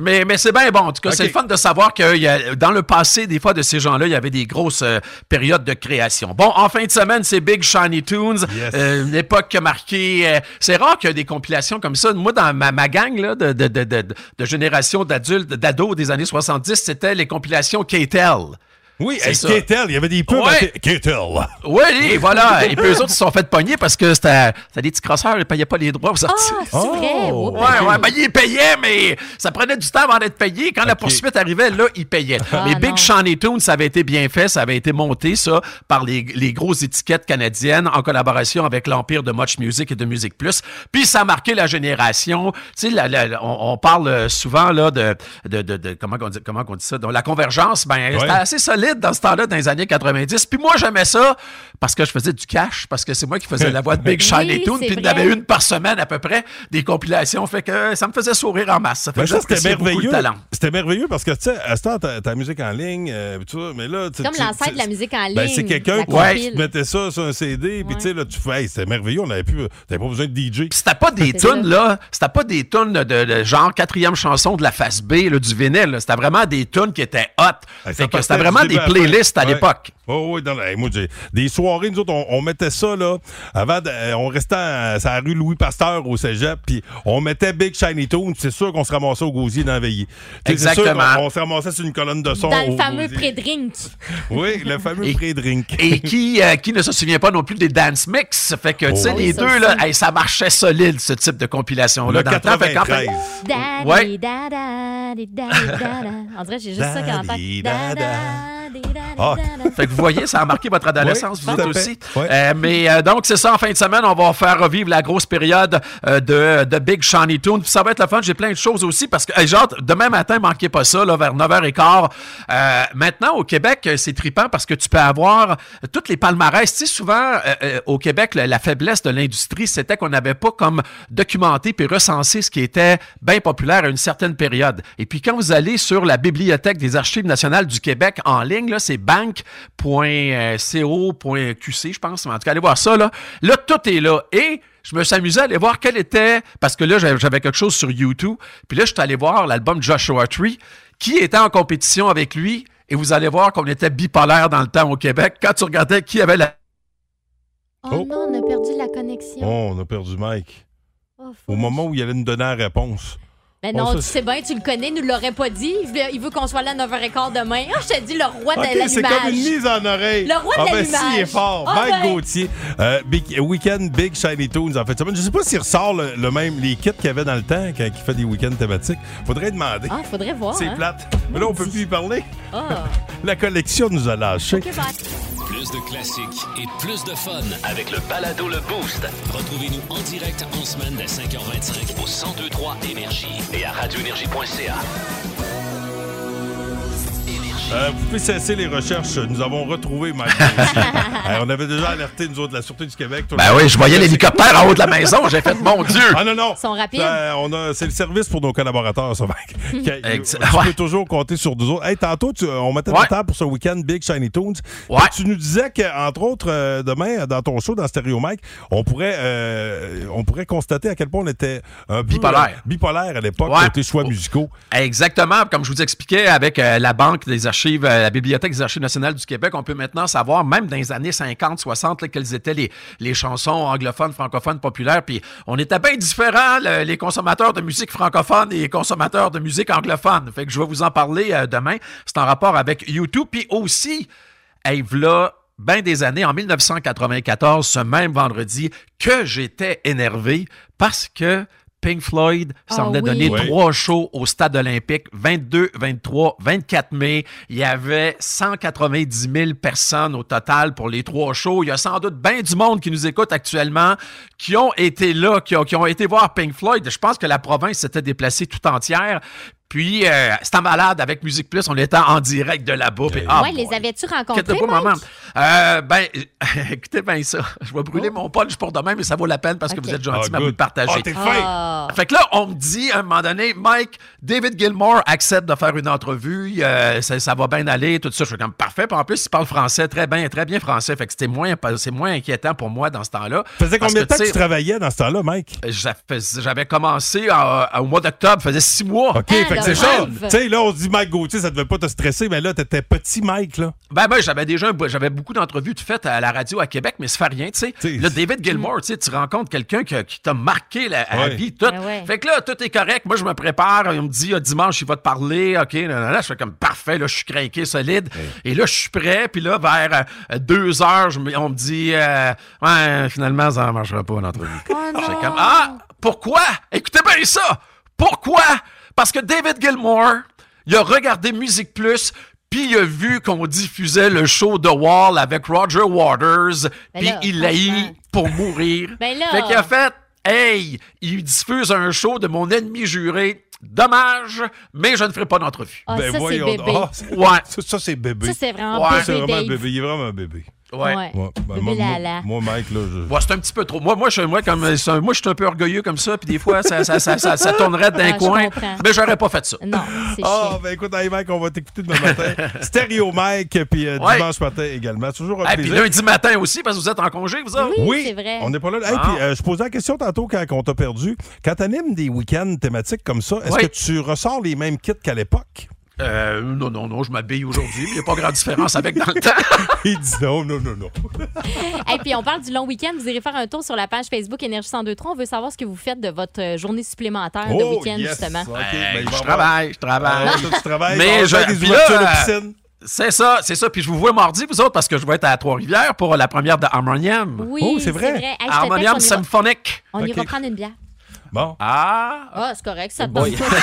S10: Mais, mais c'est bien bon. En tout cas, c'est le fun de savoir que il y a- dans le passé, des fois, de ces gens-là, il y avait des grosses euh, périodes de création. Bon, en fin de semaine, c'est Big Shiny Tunes. Euh, une époque marquée. euh, c'est rare qu'il y ait des compilations comme ça. Moi, dans ma, ma gang là, de, de, de, de, de génération d'adultes, d'ados des années 70, c'était les compilations KTL.
S3: Oui,
S10: C'est
S3: hey,
S10: ça.
S3: Kettle, il y avait des pubs à
S10: Ouais.
S3: Ke- Kettle.
S10: Oui, et voilà. Et puis eux autres, ils se sont fait pogner parce que c'était c'était des petits crosseurs, ils payaient pas les droits aux
S7: Ah,
S10: sorties.
S14: c'est Oh. vrai. Oups.
S10: Ah. Ouais, ouais, ben ils payaient, mais ça prenait du temps avant d'être payé. Quand la poursuite arrivait, là, ils payaient.
S14: Ah,
S10: mais Big
S14: non.
S10: Sean Toon, ça avait été bien fait, ça avait été monté, ça, par les, les grosses étiquettes canadiennes en collaboration avec l'Empire de Much Music et de Music Plus. Puis ça a marqué la génération. Tu sais, la- la- la- on, on parle souvent, là, de, de, de- de- comment, on dit, comment on dit ça? Donc, la convergence, ben,
S14: Ouais.
S10: c'était assez solide dans ce temps-là, dans les années 90. Puis moi, j'aimais ça parce que je faisais du cash, parce que c'est moi qui faisais la voix
S14: [laughs]
S10: de Big Sean
S14: Oui,
S10: et tout.
S14: c'est
S10: Puis il y en
S14: vrai.
S10: avait une par semaine à peu près, des compilations. Fait que euh, ça me faisait sourire en masse. Ça fait
S3: Ben
S10: que
S3: ça, c'était
S10: j'appréciais beaucoup le
S3: merveilleux.
S10: talent.
S3: C'était merveilleux parce que, tu sais, à ce temps, t'as ta musique en ligne, euh, pis tout ça, mais là. tu-
S7: C'est comme
S3: tu-
S7: l'ancêtre
S3: tu-
S7: de la musique en ligne.
S3: Ben, c'est quelqu'un
S7: la
S3: qui ouais,
S7: compile.
S3: qui mettait ça sur un CD, puis tu sais, là, tu fais, hey, c'était merveilleux, on n'avait plus, t'avais pas besoin de DJ.
S10: C'était
S14: [laughs]
S10: pas des tunes, là. C'était pas des tunes de, de genre quatrième chanson de la face B, là, du vinyle. là. C'était vraiment des tunes qui étaient hot. Fait que c'était vraiment des playlists à l'époque.
S3: Oh, oui, dans la- hey, moi, j'ai- des soirées, nous autres, on, on mettait ça, là. Avant, de- euh, on restait à, à la rue Louis Pasteur au cégep, puis on mettait Big Shiny Tune, c'est sûr qu'on se ramassait au gosier dans la veillée. Tu sais, c'est sûr
S10: Exactement.
S3: qu'on- On, se ramassait sur une colonne de son.
S7: Dans
S3: au
S7: le fameux
S3: gosier.
S7: pré-drink.
S3: Oui, le fameux pré-drink.
S10: Et qui, euh, qui ne se souvient pas non plus des dance mix. Fait que, tu sais,
S7: Ah
S3: Oh.
S10: les
S3: Oui, ça
S10: deux, là, hey, ça marchait solide, ce type de compilation-là.
S3: Le
S10: dans temps. Fait qu'en fait-
S3: 93.
S7: Da,
S10: Ouais.
S7: di, da, da, di, da, di, da, da. On Oh, dirait que j'ai juste ça qui en tête. Da, da, di, da, di,
S10: Ah.
S7: da, da.
S10: Fait que vous voyez, ça a marqué votre adolescence,
S14: Oui,
S10: vous
S14: tout
S10: autres
S14: à fait.
S10: aussi. Euh, mais euh, donc, c'est ça, en fin de semaine, on va faire revivre la grosse période euh, de, de Big Shiny Tune. Puis ça va être le fun, j'ai plein de choses aussi parce que, hey, genre, demain matin, manquez pas ça, là, vers 9h15. Euh, maintenant, au Québec, euh, c'est trippant parce que tu peux avoir toutes les palmarès. Tu sais, souvent, euh, euh, au Québec, la, la faiblesse de l'industrie, c'était qu'on n'avait pas comme documenté puis recensé ce qui était bien populaire à une certaine période. Et puis, quand vous allez sur la Bibliothèque des Archives nationales du Québec en ligne, là, c'est euh, bank.co.qc, je pense. En tout cas, allez voir ça. Là, là tout est là. Et je me suis amusé à aller voir quel était... Parce que là, j'avais j'avais quelque chose sur YouTube. Puis là, je suis allé voir l'album Joshua Tree, qui était en compétition avec lui. Et vous allez voir qu'on était bipolaire dans le temps au Québec. Quand tu regardais qui avait la...
S7: Oh non, on a perdu la connexion.
S3: Oh, on a perdu Mike.
S7: Oh,
S3: Au moment où il allait nous donner la réponse.
S7: Mais
S3: Bon,
S7: non,
S3: ça,
S7: tu
S3: c'est-
S7: sais bien, tu le connais, nous l'aurait pas dit. Il veut, il veut qu'on soit là à 9h15 demain. Ah, je te dis, le roi de
S3: Ok,
S7: l'allumage.
S3: c'est comme une mise en oreille.
S7: Le roi de
S3: ah, ben,
S7: l'allumage.
S3: si, il est fort.
S7: Ah,
S3: Mike
S7: ben.
S3: Gauthier. Euh, Big- Weekend Big Shiny Tunes en fait. Je sais pas s'il ressort le, le même, les kits qu'il y avait dans le temps quand il fait des week-ends thématiques. Faudrait demander.
S7: Ah, faudrait voir.
S3: C'est
S7: hein.
S3: plate. Mais là, on peut plus y parler.
S7: Ah.
S3: La collection nous a lâchés.
S2: Plus de classiques et plus de fun avec le balado Le Boost. Retrouvez-nous en direct en semaine dès 5h25 au 1023 Énergie et à radioénergie.ca.
S3: Euh, vous pouvez cesser les recherches. Nous avons retrouvé Mike
S7: [laughs]
S3: Gauthier. Euh, on avait déjà alerté, nous autres, de la Sûreté du Québec. Tout le
S10: Ben
S3: monde.
S10: oui, je voyais l'hélicoptère en haut de la maison. J'ai fait, mon Dieu!
S3: Ah non, non.
S7: Ils sont rapides.
S3: Euh, on a, c'est le service pour nos collaborateurs, ça, Mike.
S7: [laughs]
S3: Que- Tu peux toujours compter sur nous autres. Hey, tantôt, tu- on mettait la table pour ce week-end Big Shiny Tunes. Puis Tu nous disais qu'entre autres, euh, demain, dans ton show, dans Stereo Mike, on pourrait, euh, on pourrait constater à quel point on était un peu,
S10: Bipolaire.
S3: euh, bipolaire à l'époque,
S10: Ouais. Oh,
S3: côté choix musicaux.
S10: Exactement. Comme je vous expliquais, avec euh, la Banque des archives, euh, la Bibliothèque des archives nationales du Québec, on peut maintenant savoir, même dans les années 50, 60, là, quelles étaient les, les chansons anglophones, francophones, populaires. Puis on était bien différents, le- les consommateurs de musique francophone et les consommateurs de musique anglophone. Fait que je vais vous en parler euh, demain. C'est en rapport avec YouTube. Puis aussi, hey, v'là ben des années, en 1994, ce même vendredi, que j'étais énervé parce que Pink Floyd s'en
S14: Ah
S10: venait
S14: oui.
S10: donner
S14: Oui.
S10: trois shows au Stade olympique, 22, 23, 24 mai. Il y avait 190 000 personnes au total pour les trois shows. Il y a sans doute bien du monde qui nous écoute actuellement, qui ont été là, qui ont, qui ont été voir Pink Floyd. Je pense que la province s'était déplacée tout entière. Puis, euh, c'était malade avec Musique Plus, on était en direct de là-bas. Puis, ah,
S7: ouais, les avais-tu rencontrés?
S10: Inquiète-toi pas,
S7: Mike?
S10: maman. Euh, ben, écoutez bien ça. Je vais brûler mon punch pour demain, mais ça vaut la peine parce que
S7: Ok.
S10: vous êtes gentil,
S3: Ah,
S10: mais vous
S3: good.
S10: le partagez.
S3: Ah, t'es fin.
S7: Ah.
S10: Fait que là, on me dit, à un moment donné, Mike, David Gilmore accepte de faire une entrevue, euh, ça, ça va bien aller, tout ça. Je suis comme, parfait. Puis en plus, il parle français très bien, très bien français. Fait que c'était moins, c'est moins inquiétant pour moi dans ce temps-là.
S3: Ça faisait
S10: Parce
S3: combien de temps que
S10: sais,
S3: tu travaillais dans ce temps-là, Mike?
S7: Euh,
S10: j'a- fais- ben, [laughs] J'avais commencé en- en- au mois d'octobre, faisait six mois.
S3: OK,
S7: euh,
S3: fait que c'est ça. Tu sais, là, on se dit Mike Gauthier, ça devait pas te stresser, mais là, t'étais petit Mike, là.
S10: Ben, ben, j'avais déjà un bo- j'avais beaucoup d'entrevues de faites à la radio à Québec, mais ça fait rien, tu sais. Là, David Gilmore, tu sais, tu rencontres quelqu'un que- qui t'a marqué la, à la
S14: Ouais.
S10: vie, tout.
S7: Ah,
S14: Ben ouais.
S10: Fait que là, tout est correct. Moi, je me prépare. On me dit, ah, dimanche, il va te parler. OK, là, là, là. Je fais comme parfait, là, je suis craqué, solide. Et là, je suis prêt. Puis là, vers euh, deux heures, je me- on me dit, euh, ouais, finalement, ça ne marchera pas, l'entrevue. Je fais comme, ah, pourquoi? Écoutez bien ça! Pourquoi? Parce que David Gilmore, il a regardé Musique Plus, puis il a vu qu'on diffusait le show The Wall avec Roger Waters,
S7: Ben
S10: puis
S7: là,
S10: il l'a
S7: franchement.
S10: pour mourir.
S7: Ben là.
S10: Fait qu'il a fait, hey, il diffuse un show de mon ennemi juré. Dommage, mais je ne ferai pas d'entrevue.
S7: Ah, Ben ça, c'est voyons bébé. donc. Ah, c'est-
S10: ouais.
S3: Ça, ça, c'est bébé.
S7: Ça, c'est vraiment
S3: Ouais,
S7: bébé,
S3: c'est vraiment un
S7: Dave.
S3: bébé. Il est vraiment un bébé.
S7: Ouais.
S3: ben,
S7: Bébé
S3: moi,
S7: Lala.
S3: moi- moi, Mike, là, je.
S10: Ouais, Bah, c'est un petit peu trop. Moi, moi, je, moi, comme, c'est un- moi, je suis un peu orgueilleux comme ça, puis des fois, ça, ça, ça, ça- ça tournerait d'un
S3: Ah, je
S10: coin.
S3: comprends.
S10: Mais j'aurais pas fait ça.
S7: Non, c'est
S3: Ah, ben écoute, hey, Mike, on va t'écouter
S10: [laughs]
S3: demain matin. Stéréo Mike, puis euh,
S10: Ouais.
S3: dimanche matin également. Toujours un
S10: Ah, puis
S3: plaisir.
S10: lundi matin aussi, parce que vous êtes en congé, vous autres.
S3: ben, On n'est pas là. Hey,
S10: Bon.
S3: puis, euh, je posais la question tantôt quand on t'a perdu. Quand t'animes des week-ends thématiques comme ça, est-ce
S10: Oui.
S3: que tu ressors les mêmes kits qu'à l'époque? [laughs]
S10: Euh, non, non, non, je m'habille aujourd'hui, mais il n'y a pas grande différence avec dans
S3: [laughs]
S10: le temps.
S3: Il dit non, non, non, non.
S7: Et puis, on parle du long week-end. Vous irez faire un tour sur la page Facebook Énergie 1023. On veut savoir ce que vous faites de votre euh, journée supplémentaire de
S10: Oh,
S7: week-end,
S10: yes.
S7: justement.
S10: Ouais,
S3: ben, il va
S10: je
S3: avoir-
S10: travaille, je travaille.
S3: Ah, toi, tu travailles, il va
S10: Mais
S3: avoir
S10: je
S3: bien des
S10: puis
S3: ouvertures
S10: là,
S3: de
S10: euh, C'est ça, c'est ça. Puis je vous vois mardi, vous autres, parce que je vais être à Trois-Rivières pour la première de Harmonium.
S7: Oui, Oh, c'est vrai. c'est vrai. Hey, je te
S10: Harmonium
S7: texte, on ira-
S10: Symphonic.
S7: On ira prendre une bière.
S3: Bon.
S10: Ah.
S7: Ah, c'est correct, ça te
S10: boy.
S7: tente pas.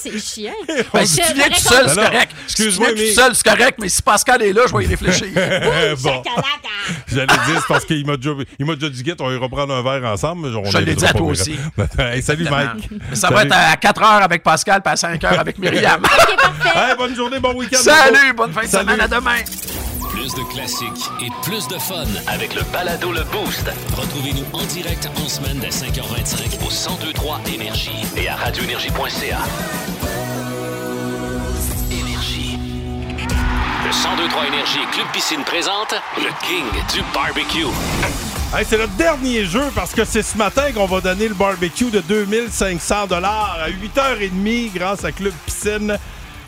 S7: C'est chiant.
S3: [laughs]
S10: Ben, si tu
S7: Je
S10: viens
S7: me
S10: tout seul, c'est
S3: Ben non,
S10: correct.
S3: excuse-moi,
S10: Si tu viens
S3: mais-
S10: tout seul, c'est correct, mais si Pascal est là, je vais y
S3: [laughs]
S10: réfléchir.
S3: Euh, bon. J'allais dire, c'est parce qu'il m'a déjà, il m'a déjà dit, Guette, on ira reprendre un verre ensemble. on
S10: Je l'ai dit
S3: l'invitera
S10: à
S3: pas,
S10: toi
S3: mais-
S10: aussi.
S3: [laughs] Hey, salut, Mike.
S10: Mais ça va
S3: Salut.
S10: être à 4 h avec Pascal, puis à 5 h avec Myriam.
S3: Hey, bonne journée, bon week-end.
S10: Salut, bonne fin de semaine, à demain.
S2: Plus de classiques et plus de fun avec le balado Le Boost. Retrouvez-nous en direct en semaine dès 5h25 au 1023 Énergie et à radioénergie.ca. Énergie. Le 1023 Énergie Club Piscine présente le King du barbecue.
S3: Hey, c'est le dernier jeu parce que c'est ce matin qu'on va donner le barbecue de 2500 dollars à 8h30 grâce à Club Piscine.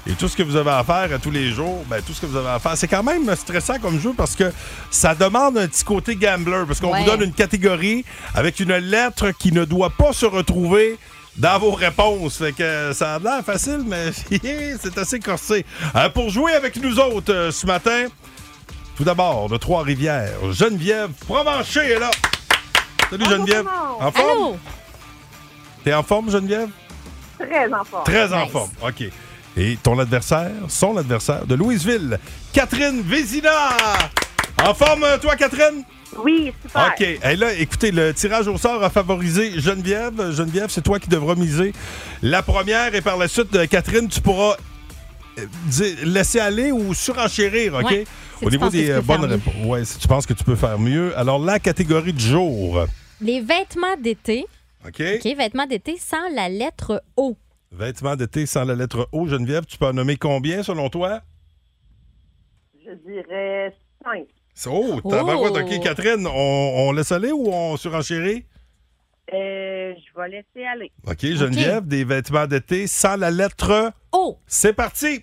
S3: Et tout ce que vous avez à faire à tous les jours, ben, tout ce que vous avez à faire, c'est quand même stressant comme jeu parce que ça demande un petit côté gambler parce qu'on
S14: Ouais.
S3: vous donne une catégorie avec une lettre qui ne doit pas se retrouver dans vos réponses. Fait que euh, ça a l'air facile, mais [laughs] c'est assez corsé. Euh, pour jouer avec nous autres euh, ce matin, tout d'abord, de Trois-Rivières, Geneviève Provencher est là. Salut Geneviève. En forme? T'es en forme, Geneviève?
S12: Très en forme.
S3: Très en forme. OK. Et ton adversaire, son adversaire de Louisville, Catherine Vézina. En forme, euh, toi, Catherine?
S12: Oui, super.
S3: OK. Et là, écoutez, le tirage au sort a favorisé Geneviève. Euh, Geneviève, c'est toi qui devras miser la première et par la suite, euh, Catherine, tu pourras euh, dire- laisser aller ou surenchérir, OK?
S14: Ouais. Si
S3: au
S14: tu
S3: niveau
S14: penses que
S3: des
S14: tu peux
S3: euh, bonnes
S14: faire mieux.
S3: réponses. Oui, si tu penses que tu peux faire mieux. Alors, la catégorie du jour.
S7: Les vêtements d'été.
S3: OK.
S7: OK, vêtements d'été sans la lettre O.
S3: Vêtements d'été sans la lettre O, Geneviève, tu peux en nommer combien selon toi?
S13: Je dirais 5.
S3: Oh,
S13: Oh.
S3: tabarouette, OK, Catherine, on, on laisse aller ou on surenchérit?
S13: euh, je vais laisser aller.
S3: OK, Geneviève, des vêtements d'été sans la lettre E.
S7: O.
S3: C'est parti!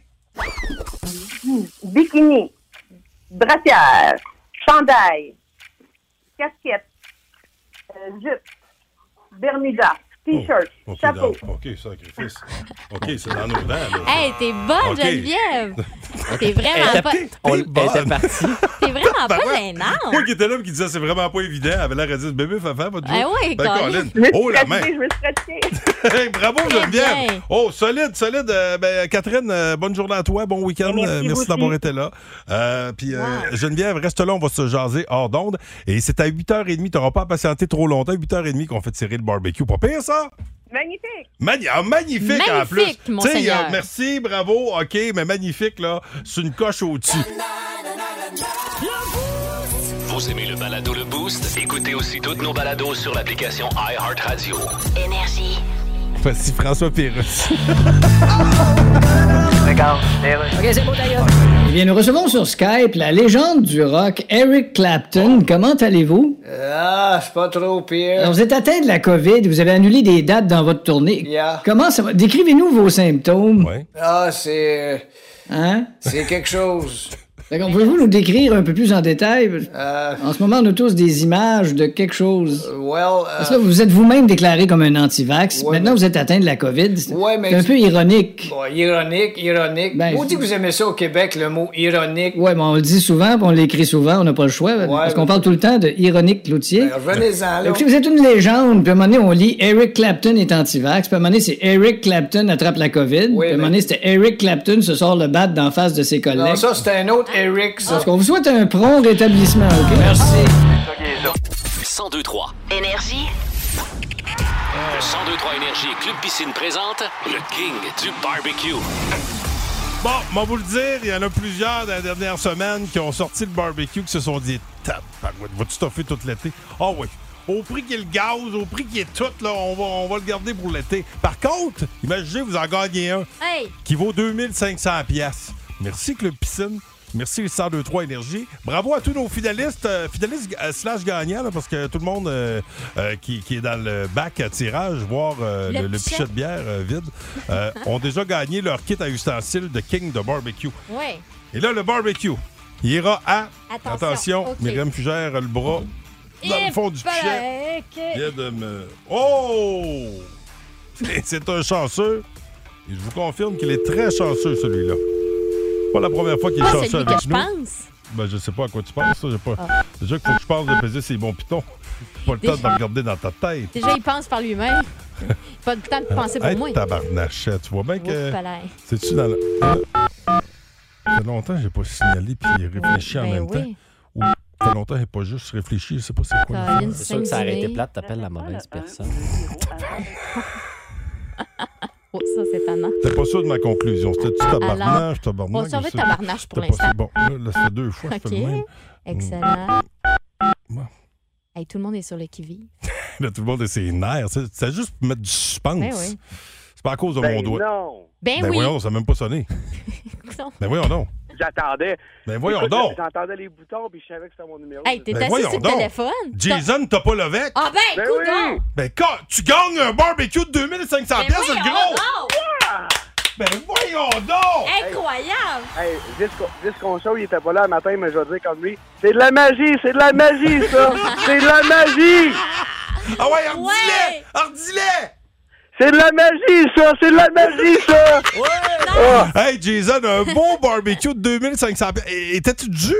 S13: Bikini, brassière, chandail, casquette, euh, jupe, bermuda, t-shirt,
S3: Oh.
S16: Oh,
S3: OK,
S13: chapeau.
S3: donc, OK, sacrifice. OK, c'est dans nos dents. là.
S7: Hey, t'es bonne,
S3: OK. [laughs]
S7: Geneviève! T'es vraiment
S3: Elle était-
S7: pas.
S3: on- elle était partie.
S7: T'es vraiment pas
S3: ouais.
S7: gênante!
S3: Moi qui étais là pis qui disais c'est vraiment pas évident, elle avait l'air à dire ben, bébé, fafa, va te jouer.
S7: Ah ouais,
S3: Ben,
S7: Colin.
S3: Colin, Oh la main!
S13: Je me suis pratiquée.
S3: [laughs] Hey, bravo,
S13: Très
S3: Geneviève!
S13: bien.
S3: Oh, solide, solide. Euh, ben, Catherine, euh, bonne journée à toi, bon week-end.
S13: Eh, Merci,
S3: Euh,
S13: vous aussi.
S3: d'avoir été là. Euh, Puis, euh, Geneviève, reste là, on va se jaser hors d'onde. Et c'est à 8h30, t'auras pas à patienter trop longtemps. 8h30 qu'on fait tirer le barbecue. Pas pire, ça?
S13: Magnifique.
S3: Mani- ah, magnifique, en
S13: Magnifique,
S3: plus.
S13: mon
S3: Tu sais,
S13: Seigneur.
S3: euh, merci, bravo, ok, mais magnifique, là. C'est une coche au-dessus.
S2: Vous aimez le balado Le Boost? Écoutez aussi toutes nos balados sur l'application iHeartRadio.
S15: Énergie.
S3: Voici François Pérus.
S5: OK, c'est beau, d'ailleurs. Eh bien, nous recevons sur Skype la légende du rock, Eric Clapton. Comment allez-vous?
S4: Ah, c'est pas trop pire.
S5: Alors, vous êtes atteint de la COVID, vous avez annulé des dates dans votre tournée.
S4: Yeah.
S5: Comment ça va? Décrivez-nous vos symptômes.
S4: Ah, c'est.
S5: Hein?
S4: C'est quelque chose.
S5: D'accord, pouvez-vous nous décrire un peu plus en détail?
S4: Euh,
S5: En ce moment, on a tous des images de quelque chose.
S4: well, euh,
S5: Parce que là, vous êtes vous-même déclaré comme un anti-vax. Maintenant, vous êtes atteint de la COVID. C'est
S4: Ouais, mais-
S5: c'est un peu ironique.
S4: bon, ironique, ironique.
S5: Ben,
S4: Vous dites que vous aimez ça au Québec, le mot ironique.
S5: Ouais, mais on le dit souvent, puis on l'écrit souvent, on n'a pas le choix. parce qu'on
S4: mais-
S5: parle tout le temps de ironique Cloutier.
S4: Ben, revenez-en, là.
S5: Écoutez, vous êtes une légende. Puis à un moment donné, on lit Eric Clapton est anti-vax. Puis à un moment donné, c'est Eric Clapton attrape la COVID. puis à un moment donné, c'était Eric Clapton se sort le bat d'en face de ses collègues.
S4: Non, ça, c'est un autre Eric, ça.
S5: Parce qu'on vous souhaite un prompt rétablissement, OK?
S4: Merci.
S2: 1023.
S15: Énergie.
S2: Le 1023 Énergie et Club Piscine présente le King du barbecue.
S3: Bon, moi vous le dire, il y en a plusieurs dans la dernière semaine qui ont sorti le barbecue qui se sont dit Tabarouette, vas-tu stoffer tout l'été? Ah oui. Au prix qu'il est le gaz, au prix qu'il est tout, là, on va, on va le garder pour l'été. Par contre, imaginez, vous en gagnez un
S7: Hey!
S3: qui vaut 2500 pièces. Merci Club Piscine. Merci 1023 Énergie. Bravo à tous nos finalistes, euh, finalistes euh, slash gagnants, là, parce que tout le monde euh, euh, qui, qui est dans le bac à tirage, voire euh,
S14: Le
S3: le, le
S14: pichet.
S3: pichet de bière euh, vide, euh, ont déjà gagné leur kit à ustensiles de King de barbecue.
S7: Ouais.
S3: Et là, le barbecue, il ira à...
S7: Attention, ok.
S3: Myriam Fugère a le bras dans le fond du pichet.
S7: Ah,
S3: Vient de me- Oh! C'est- C'est un chanceux. Et je vous confirme qu'il est très chanceux, celui-là. Pas la première fois qu'il est
S7: Ah,
S3: chanceux
S7: celui
S3: avec
S7: que je
S3: nous.
S7: pense.
S3: Ben, je sais pas à quoi tu penses, ça. j'ai Pas... Déjà qu'il faut que je parle de peser ses bons pitons. Pas le temps de
S7: Déjà-
S3: me regarder dans ta tête.
S7: Déjà, il pense par lui-même. Pas le temps de penser pour
S3: Hey,
S7: moi.
S3: tabarnachette. Tu vois bien que.
S7: Ouf, palais.
S3: C'est-tu dans le. Ça fait longtemps que j'ai pas signalé puis réfléchi en
S7: Ben
S3: même temps.
S7: oui.
S3: Ou ça fait longtemps que j'ai pas juste réfléchi, je sais pas c'est quoi.
S7: T'as une
S6: C'est sûr que ça aurait été plate, t'appelles la mauvaise personne.
S7: Oh, ça, c'est tannant.
S3: T'es pas sûr de ma conclusion. C'était-tu
S7: Alors,
S3: tabarnage, tabarnak?
S7: on s'en va
S3: je sais-
S7: tabarnage pour
S3: c'était pas Mm.
S7: l'instant.
S3: sûr. Bon, là, là, ça fait deux fois que je fais le
S7: [laughs]
S3: même.
S7: OK. Excellent. Hey, tout le monde est sur le qui-vive.
S3: Là, tout le monde a ses nerfs. C'est c'est juste pour mettre du suspense.
S7: Ben oui.
S3: C'est pas à cause de
S7: Ben
S3: mon doigt.
S7: non. Ben oui. [laughs]
S3: voyons, ça n'a même pas sonné.
S7: Coudon.
S3: Ben voyons donc.
S16: J'attendais.
S3: Ben voyons
S16: Écoute,
S3: donc.
S16: J'entendais les boutons, puis je savais que c'était mon numéro.
S7: Hey, t'es
S3: Ben
S7: assis
S3: voyons
S7: sur le
S3: donc.
S7: téléphone.
S3: Jason, t'as pas l'ovec?
S7: Ah ben,
S3: Ben
S7: coudon!
S3: Ben, quand tu gagnes un barbecue de 2500
S7: Ben
S3: pièces, c'est le
S7: voyons
S3: gros!
S7: donc. Eh,
S3: Ben voyons donc!
S7: Incroyable!
S16: Hey, Visco- Visconceau, il était pas là le matin, mais je vais dire comme lui. C'est de la magie, c'est de la magie, ça! c'est de la magie!
S3: Ah ouais, redis-le! Redis-le!
S16: C'est de la magie, ça! C'est de la magie, ça!
S3: Ah! Hey, Jason, un
S7: [laughs]
S3: beau barbecue de 2500 pi- Et- Étais-tu dû?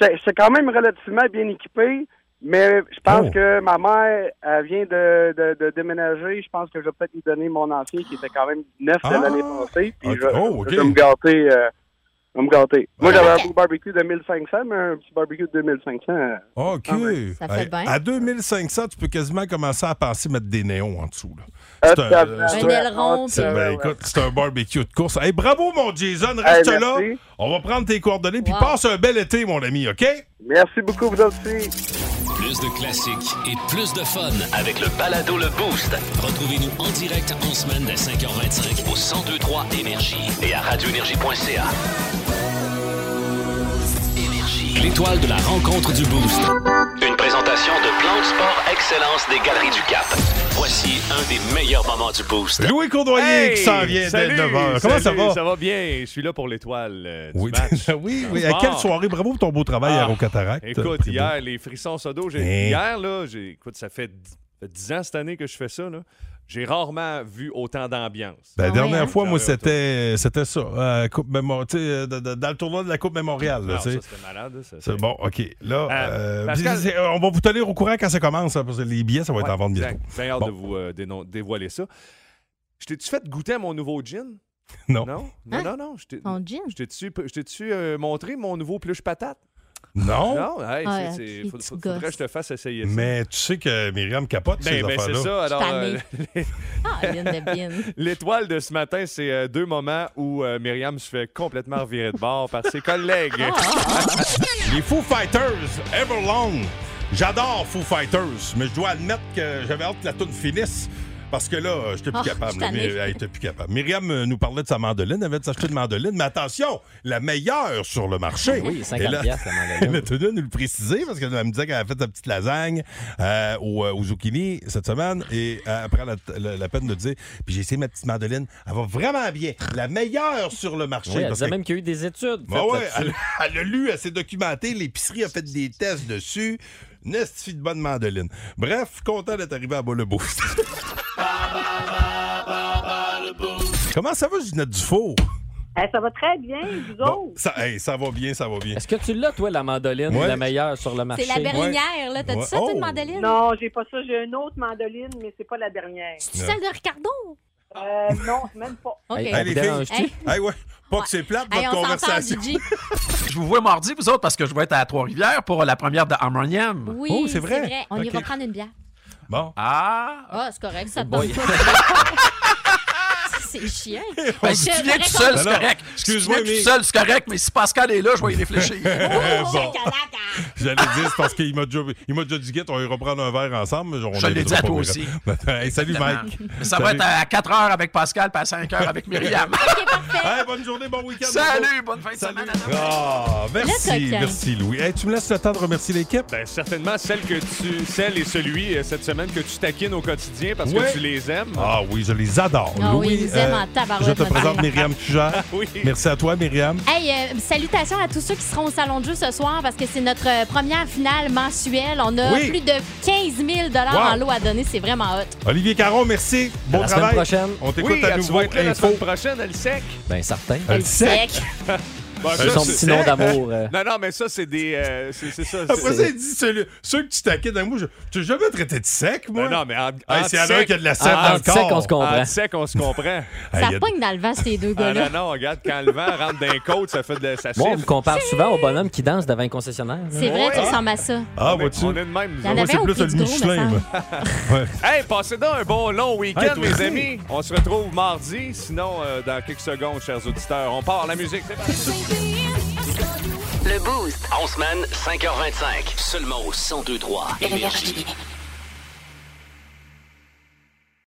S16: C'est c'est quand même relativement bien équipé, mais je pense
S3: Oh.
S16: que ma mère, elle vient de, de- de déménager. Je pense que je vais peut-être lui donner mon ancien qui était quand même neuf de
S3: Ah.
S16: l'année passée. Puis
S3: Ok.
S16: je,
S3: Oh, ok.
S16: je vais me gâter. euh, je vais me gâter. Moi,
S3: Ah.
S16: j'avais un beau barbecue de 1500, mais un petit barbecue de 2500. euh,
S7: Ah
S3: OK.
S16: quand même.
S3: Hey, À 2500, tu peux quasiment commencer à penser mettre des néons en dessous. là.
S16: Ah,
S3: C'est un,
S16: tabarnak.
S3: c'est
S16: Un
S14: Ah,
S16: aileron,
S3: c'est-
S16: puis-
S3: ben, écoute, c'est un barbecue de course. Hey, bravo, mon Jason. Reste
S16: Hey,
S3: là.
S16: merci.
S3: On va prendre tes coordonnées. Puis passe un bel été, mon ami, OK?
S16: Merci beaucoup, vous aussi.
S2: Plus de classiques et plus de fun avec le balado Le Boost. Retrouvez-nous en direct en semaine dès 5h25 au 1023 Énergie et à radioénergie.ca. Énergie. L'étoile de la rencontre du Boost. Une présentation de Plan de Sport Excellence des Galeries du Cap. Voici un des meilleurs moments du Boost.
S3: Louis Courdoyer qui s'en vient dès
S14: salut,
S3: 9 heures. Comment ça
S14: salut,
S3: va?
S14: Ça va bien. Je suis là pour l'étoile euh, du
S3: Oui,
S14: match.
S3: [laughs] oui,
S14: Dans
S3: oui.
S14: le
S3: À quelle
S14: sport.
S3: soirée? Bravo pour ton beau travail
S14: Ah,
S3: à Rocataracte. Cataract. euh,
S14: Écoute,
S3: Primo.
S14: hier, les frissons sodo. j'ai-
S3: Hein.
S14: Hier, là, j'ai- écoute, ça fait dix- fait 10 ans cette année que je fais ça. là. J'ai rarement vu autant d'ambiance.
S3: La Ben, dernière fois, moi,
S14: Dans le-
S3: c'était c'était ça. euh, coupe Mémo- tu sais, euh, d- d- dans le tournoi de la Coupe Mémoriale. là,
S14: Non,
S3: tu
S14: Ah, ça,
S3: sais.
S14: c'était malade. ça,
S3: C'est bon, OK. Là, euh,
S14: Pascal-
S3: puis c'est- on va vous tenir au courant quand ça commence, hein, parce que les billets, ça va être en vente
S14: J'ai
S3: bientôt.
S14: bien hâte de vous euh, déno- dévoiler ça. Je t'ai-tu fait goûter à mon nouveau gin? Non,
S3: Non.
S14: non,
S7: Hein?
S14: non. non, Je t'ai-
S7: Ton gin?
S14: je t'ai-tu je t'ai-tu, euh, montré mon nouveau pluche patate?
S3: Non.
S14: Non? Hey,
S7: Ah,
S14: c'est- c'est-
S7: ok,
S14: faut-
S7: tu
S14: faut- faudrait que je te fasse essayer ça.
S3: Mais tu sais que Myriam capote
S14: Ben,
S3: ces
S14: ben, c'est
S3: affaires-là.
S14: ça. Alors, euh,
S7: Ah,
S14: [laughs]
S7: Lynn de Bin.
S14: L'étoile de ce matin, c'est euh, deux moments où euh, Myriam se fait complètement virer de bord par ses collègues.
S3: Les Foo Fighters, Everlong. J'adore Foo Fighters, mais je dois admettre que j'avais hâte que la toune finisse. Parce que là, j'étais plus
S14: Oh,
S3: capable.
S14: je
S3: là,
S14: t'en
S3: mais
S14: ai.
S3: elle était plus capable. Myriam euh, nous parlait de sa mandoline. Elle avait de s'acheter une mandoline. Mais attention, la meilleure sur le marché.
S6: Oui,
S3: Et
S6: 50
S3: là-
S6: piastres, la mandoline.
S3: [laughs] Elle a tenu à nous le préciser parce qu'elle me disait qu'elle avait fait sa petite lasagne euh, au, euh, au zucchini cette semaine. Et euh, après, la, la- la peine de dire Puis j'ai essayé ma petite mandoline. Elle va vraiment bien. La meilleure sur le marché.
S6: Oui, elle
S3: Parce
S6: disait
S3: que-
S6: même qu'il y a eu des études.
S3: ben
S6: faites
S3: ouais,
S6: là-dessus.
S3: elle, elle a lu, elle s'est documentée, l'épicerie a fait des tests dessus. Nestifie de bonne mandoline. Bref, content d'être arrivé à bas le boost. Comment ça va, Ginette Dufour?
S13: Eh, ça va très bien, vous autres.
S3: Ça, hey, ça va bien, ça va bien.
S6: Est-ce que tu l'as, toi, la mandoline,
S3: Ouais.
S6: la meilleure sur le marché?
S7: C'est la berlinière, là. T'as-tu
S6: Ouais.
S7: ça, toi,
S6: Oh.
S7: une mandoline?
S13: Non, j'ai pas ça. J'ai une autre mandoline, mais c'est pas la dernière.
S7: C'est celle de Ricardo?
S13: Euh, non, même pas.
S3: Hey, les filles. Hey, ouais. Pas que c'est plate,
S7: Hey,
S3: votre
S7: on s'entend,
S3: conversation.
S7: Gigi.
S10: Je vous vois mardi, vous autres, parce que je vais être à Trois-Rivières pour la première de Harmonium.
S7: Oui, c'est vrai. On ira prendre une bière.
S3: Bon.
S10: Ah!
S7: Ah, c'est correct, ça te
S10: boy.
S7: tente pas. [laughs] C'est chiant.
S10: Ben,
S7: Je
S10: si tu viens
S7: voudrais
S10: tout seul,
S7: qu'on-
S10: c'est correct.
S3: excuse-moi,
S10: Si tu viens
S3: mais- euh,
S10: tout seul, c'est correct, mais si Pascal est là, je vais
S2: [laughs]
S10: y réfléchir. Euh,
S3: Bon. J'allais dire, c'est parce qu'il m'a déjà, il m'a déjà dit, Guette, on ira prendre un verre ensemble. mais on
S10: Je l'ai
S3: l'invitera
S10: dit à
S3: pas,
S10: toi
S3: Myriam. [laughs] Hey, salut, Mike.
S10: Mais ça va
S3: Salut.
S10: être à 4 heures avec Pascal, puis à 5 heures
S2: [laughs]
S10: avec Myriam.
S3: Hey, bonne journée, bon week-end.
S10: Salut, bonne fin de semaine. à demain.
S3: Ah, merci,
S10: Le coquin.
S3: merci, Louis. Hey, tu me laisses le temps de remercier l'équipe?
S14: Ben, certainement celle que tu celle et celui euh, cette semaine que tu taquines au quotidien parce
S3: Ouais.
S14: que tu les aimes.
S3: Ah oui, je les adore.
S7: Ah oui,
S3: Louis, Euh,
S7: ils les aiment en tabarouette,
S3: Je te
S7: notre
S3: présente
S7: Myriam.
S3: Myriam [laughs] Fugère.
S14: Oui.
S3: Merci à toi, Myriam.
S7: [laughs] Hey, euh, salutations à tous ceux qui seront au salon de jeu ce soir parce que c'est notre euh, première finale mensuelle. On a
S3: Oui.
S7: plus de 15 000
S3: Wow.
S7: en lot à donner. C'est vraiment hot.
S3: Olivier Caron, merci. Bon
S6: la
S3: travail.
S6: semaine prochaine.
S3: On t'écoute à nouveau.
S14: ah, Tu vas être là la
S3: Info.
S14: semaine prochaine, elle sec.
S6: Ben, certain.
S3: Elle sec.
S14: Bon,
S6: Un
S14: ça,
S6: son
S14: c'est-
S6: petit nom d'amour, euh.
S14: Non, non, mais ça, c'est des. euh, c'est c'est
S3: [laughs]
S14: ça.
S3: Après
S14: c'est-
S3: ça, il dit celui- ceux que tu taquines à moi, je t'ai jamais traité de sec, moi.
S14: Ben non, mais en,
S3: Hey,
S14: en
S3: c'est à l'heure
S14: sec-
S3: qu'il y a
S6: Ah,
S3: de la sève
S14: en-
S3: dans le
S14: en sec,
S3: corps.
S14: on se comprend.
S3: En
S14: sec, on se
S3: [laughs]
S14: comprend.
S7: Ça pogne dans le vent, ces deux
S14: Ah,
S7: gars-là.
S14: non, non, regarde, quand le vent rentre d'un côte, ça fait de ça
S6: Moi, on me
S14: siffle.
S6: compare souvent au bonhomme qui danse devant un concessionnaire.
S7: C'est vrai, tu ressembles à ça.
S3: Ah,
S14: vois-tu? On est de même,
S7: Il y en avait au Pied du Gros, me semble.
S14: Hey, passez donc un bon long
S3: Hey,
S14: week-end,
S3: toi
S14: mes
S3: aussi.
S14: amis. On se retrouve mardi. Sinon, euh, dans quelques secondes, chers auditeurs, on part la musique. C'est parti.
S2: Le Boost. En semaine, 5h25. Seulement au 1023 Énergie.